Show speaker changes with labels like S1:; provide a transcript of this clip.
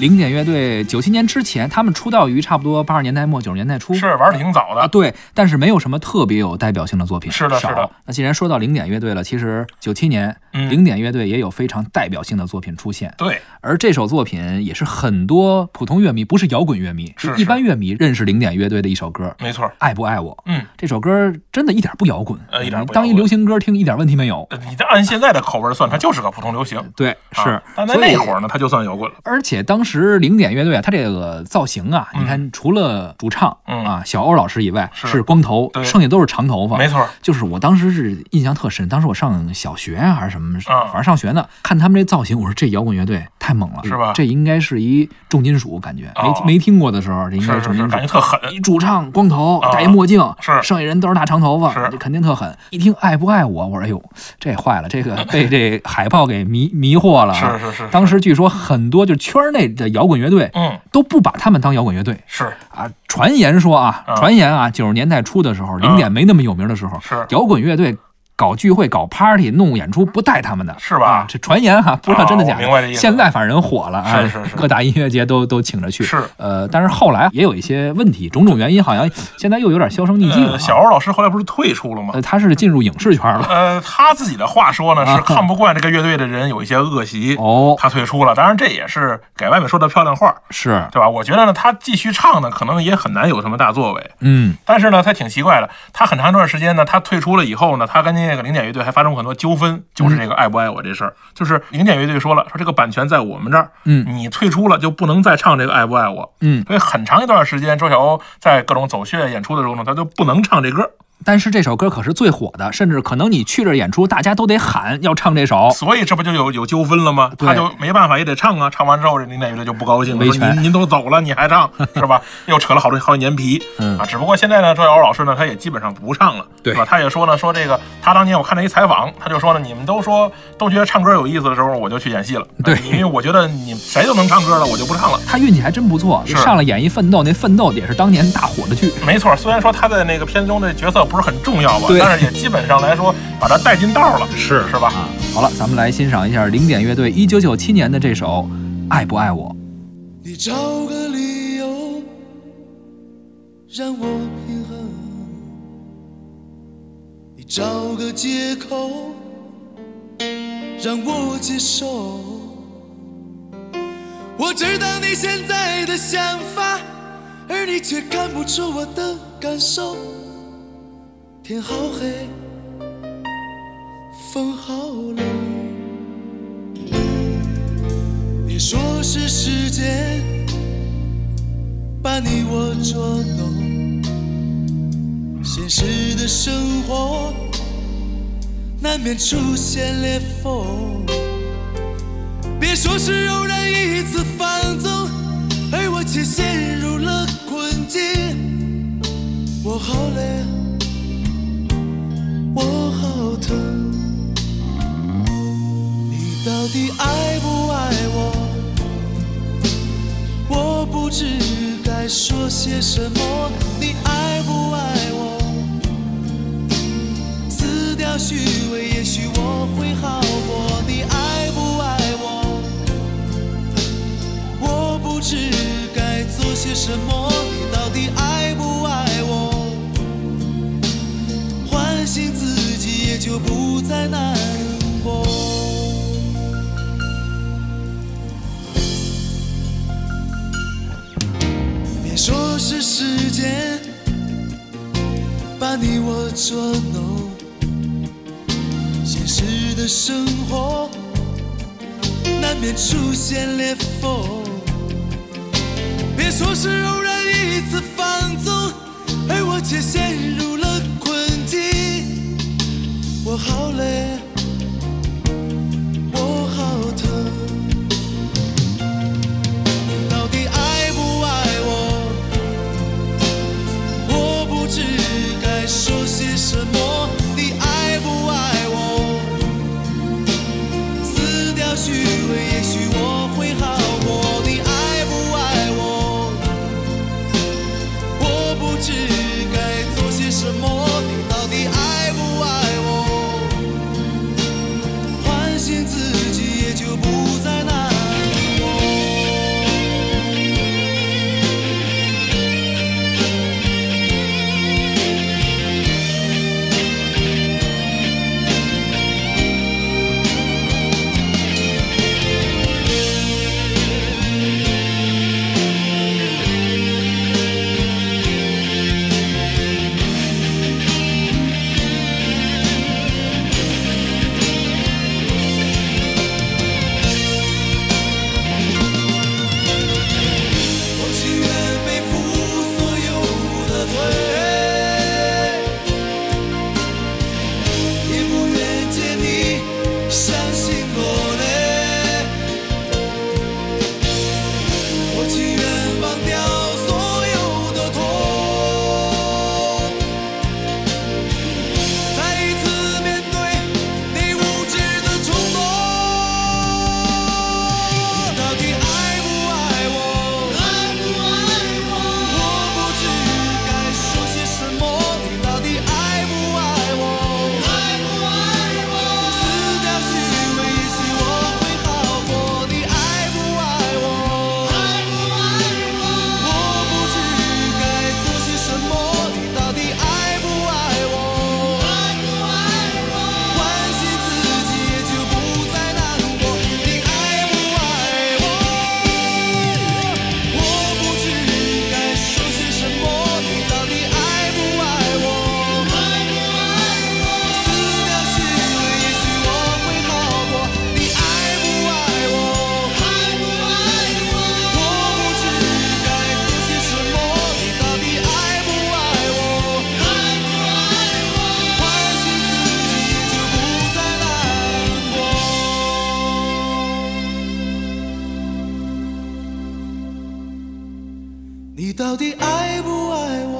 S1: 零点乐队九七年之前，他们出道于差不多八十年代末九十年代初。
S2: 是玩的挺早
S1: 啊，
S2: 的，
S1: 对，但是没有什么特别有代表性的作品，
S2: 是的
S1: 少
S2: 是的。
S1: 那既然说到零点乐队了，其实九七年
S2: 嗯
S1: 零点乐队也有非常代表性的作品出现，
S2: 对，
S1: 而这首作品也是很多普通乐迷，不是摇滚乐迷，
S2: 是
S1: 就是一般乐迷认识零点乐队的一首歌《
S2: 没错，
S1: 爱不爱我》。
S2: 嗯，
S1: 这首歌真的一点不摇滚，嗯
S2: 呃一点不摇滚
S1: 当一流行歌听一点问题没有。
S2: 呃你再按现在的口味算，它就是个普通流行。
S1: 对， 是。
S2: 啊但在
S1: 所以
S2: 那会儿呢，它就算摇滚了。
S1: 而且当时零点乐队啊，它这个造型啊，
S2: 嗯
S1: 你看除了主唱、
S2: 嗯
S1: 啊小欧老师以外
S2: 是
S1: 光头，
S2: 对
S1: 剩下都是长头发。
S2: 没错，
S1: 就是我当时是印象特深，当时我上小学啊还是什么，
S2: 啊
S1: 反正上学呢，看他们这造型，我说这摇滚乐队太猛了，
S2: 是吧
S1: 这应该是一重金属感觉，
S2: 哦
S1: 没没听过的时候，这应该
S2: 是
S1: 重
S2: 是
S1: 金
S2: 是，
S1: 属
S2: 感。觉特狠。
S1: 一主唱光头，
S2: 啊
S1: 戴一墨镜，
S2: 是
S1: 剩下人都是大长头发，
S2: 是
S1: 这肯定特狠。一听爱不爱我，我说哎呦，这坏了，这个被这海报给迷迷惑了啊。
S2: 是是是，
S1: 当时据说很多就圈内的摇滚乐队
S2: 嗯，
S1: 都不把他们当摇滚乐队
S2: 是
S1: 啊。传言说啊，
S2: 啊
S1: 传言啊，九十年代初的时候，零点
S2: 嗯
S1: 没那么有名的时候，
S2: 是
S1: 摇滚乐队搞聚会、搞 party、弄演出不带他们的。
S2: 是吧
S1: 啊？这传言哈、不知道真的假
S2: 啊我明白这
S1: 的。
S2: 意思
S1: 现在反正人火了啊，
S2: 是是是
S1: 各大音乐节都都请着去。
S2: 是。
S1: 呃，但是后来也有一些问题，种种原因，好像现在又有点销声匿迹了啊、嗯
S2: 呃，小欧老师后来不是退出了吗？
S1: 呃，他是进入影视圈了。
S2: 呃，他自己的话说 呢，
S1: 啊
S2: 是看不惯这个乐队的人有一些恶习，
S1: 哦，
S2: 他退出了。当然，这也是给外面说的漂亮话，
S1: 是，
S2: 对吧？我觉得呢，他继续唱呢，可能也很难有什么大作为。
S1: 嗯，
S2: 但是呢，他挺奇怪的，他很长一段时间呢，他退出了以后呢，他跟那个零点乐队还发生过很多纠纷，就是这个爱不爱我这事儿。就是零点乐队说了，说这个版权在我们这儿，
S1: 嗯
S2: 你退出了就不能再唱这个爱不爱我。
S1: 嗯，
S2: 所以很长一段时间，周晓鸥在各种走穴演出的时候呢，他就不能唱这歌。
S1: 但是这首歌可是最火的，甚至可能你去这儿演出，大家都得喊要唱这首。
S2: 所以这不就有有纠纷了吗？
S1: 对
S2: 他就没办法，也得唱啊。唱完之后，这林奈乐队就不高兴了，
S1: 维
S2: 说
S1: 权
S2: 您您都走了，你 还唱是吧？又扯了好多好几年皮。
S1: 嗯
S2: 啊，只不过现在呢，周耀老师呢，他也基本上不唱了，
S1: 对
S2: 是吧？他也说呢，说这个他当年我看了一采访，他就说呢，你们都说都觉得唱歌有意思的时候，我就去演戏了，
S1: 对
S2: 啊因为我觉得你谁都能唱歌了，我就不唱了。
S1: 他运气还真不错，
S2: 是
S1: 上了《演艺奋斗》，那《奋斗》也是当年大火的剧。
S2: 没错，虽然说他在那个片中的角色不是很重要吧
S1: 对，
S2: 但是也基本上来说把他带进道了，
S1: 是
S2: 是吧？
S1: 啊，好了，咱们来欣赏一下零点乐队一九九七年的这首《爱不爱我》。
S3: 你找个理由让我平衡，你找个借口让我接受。我知道你现在的想法，而你却看不出我的感受。天好黑，风好冷。你说是时间把你我捉弄，现实的生活难免出现裂缝。别说是偶然一次放纵，而我却陷入了困境。我好累，我好疼。你到底爱不爱我？我不知该说些什么。你爱不爱我？撕掉虚伪，也许我会好过。你爱不爱我？我不知该做些什么。你到底爱不爱我？唤醒自己，也就不再难过。别说是时间把你我捉弄，现实的生活难免出现裂缝。别说是偶然一次放纵，而我却陷入了困境。我好累，我好疼。你到底爱不爱我？我不知该说些什么。你爱不爱我？撕掉虚伪，也许我会好过。你爱不爱我？我不知该做些什么。你到底爱不爱我？你到底爱不爱我？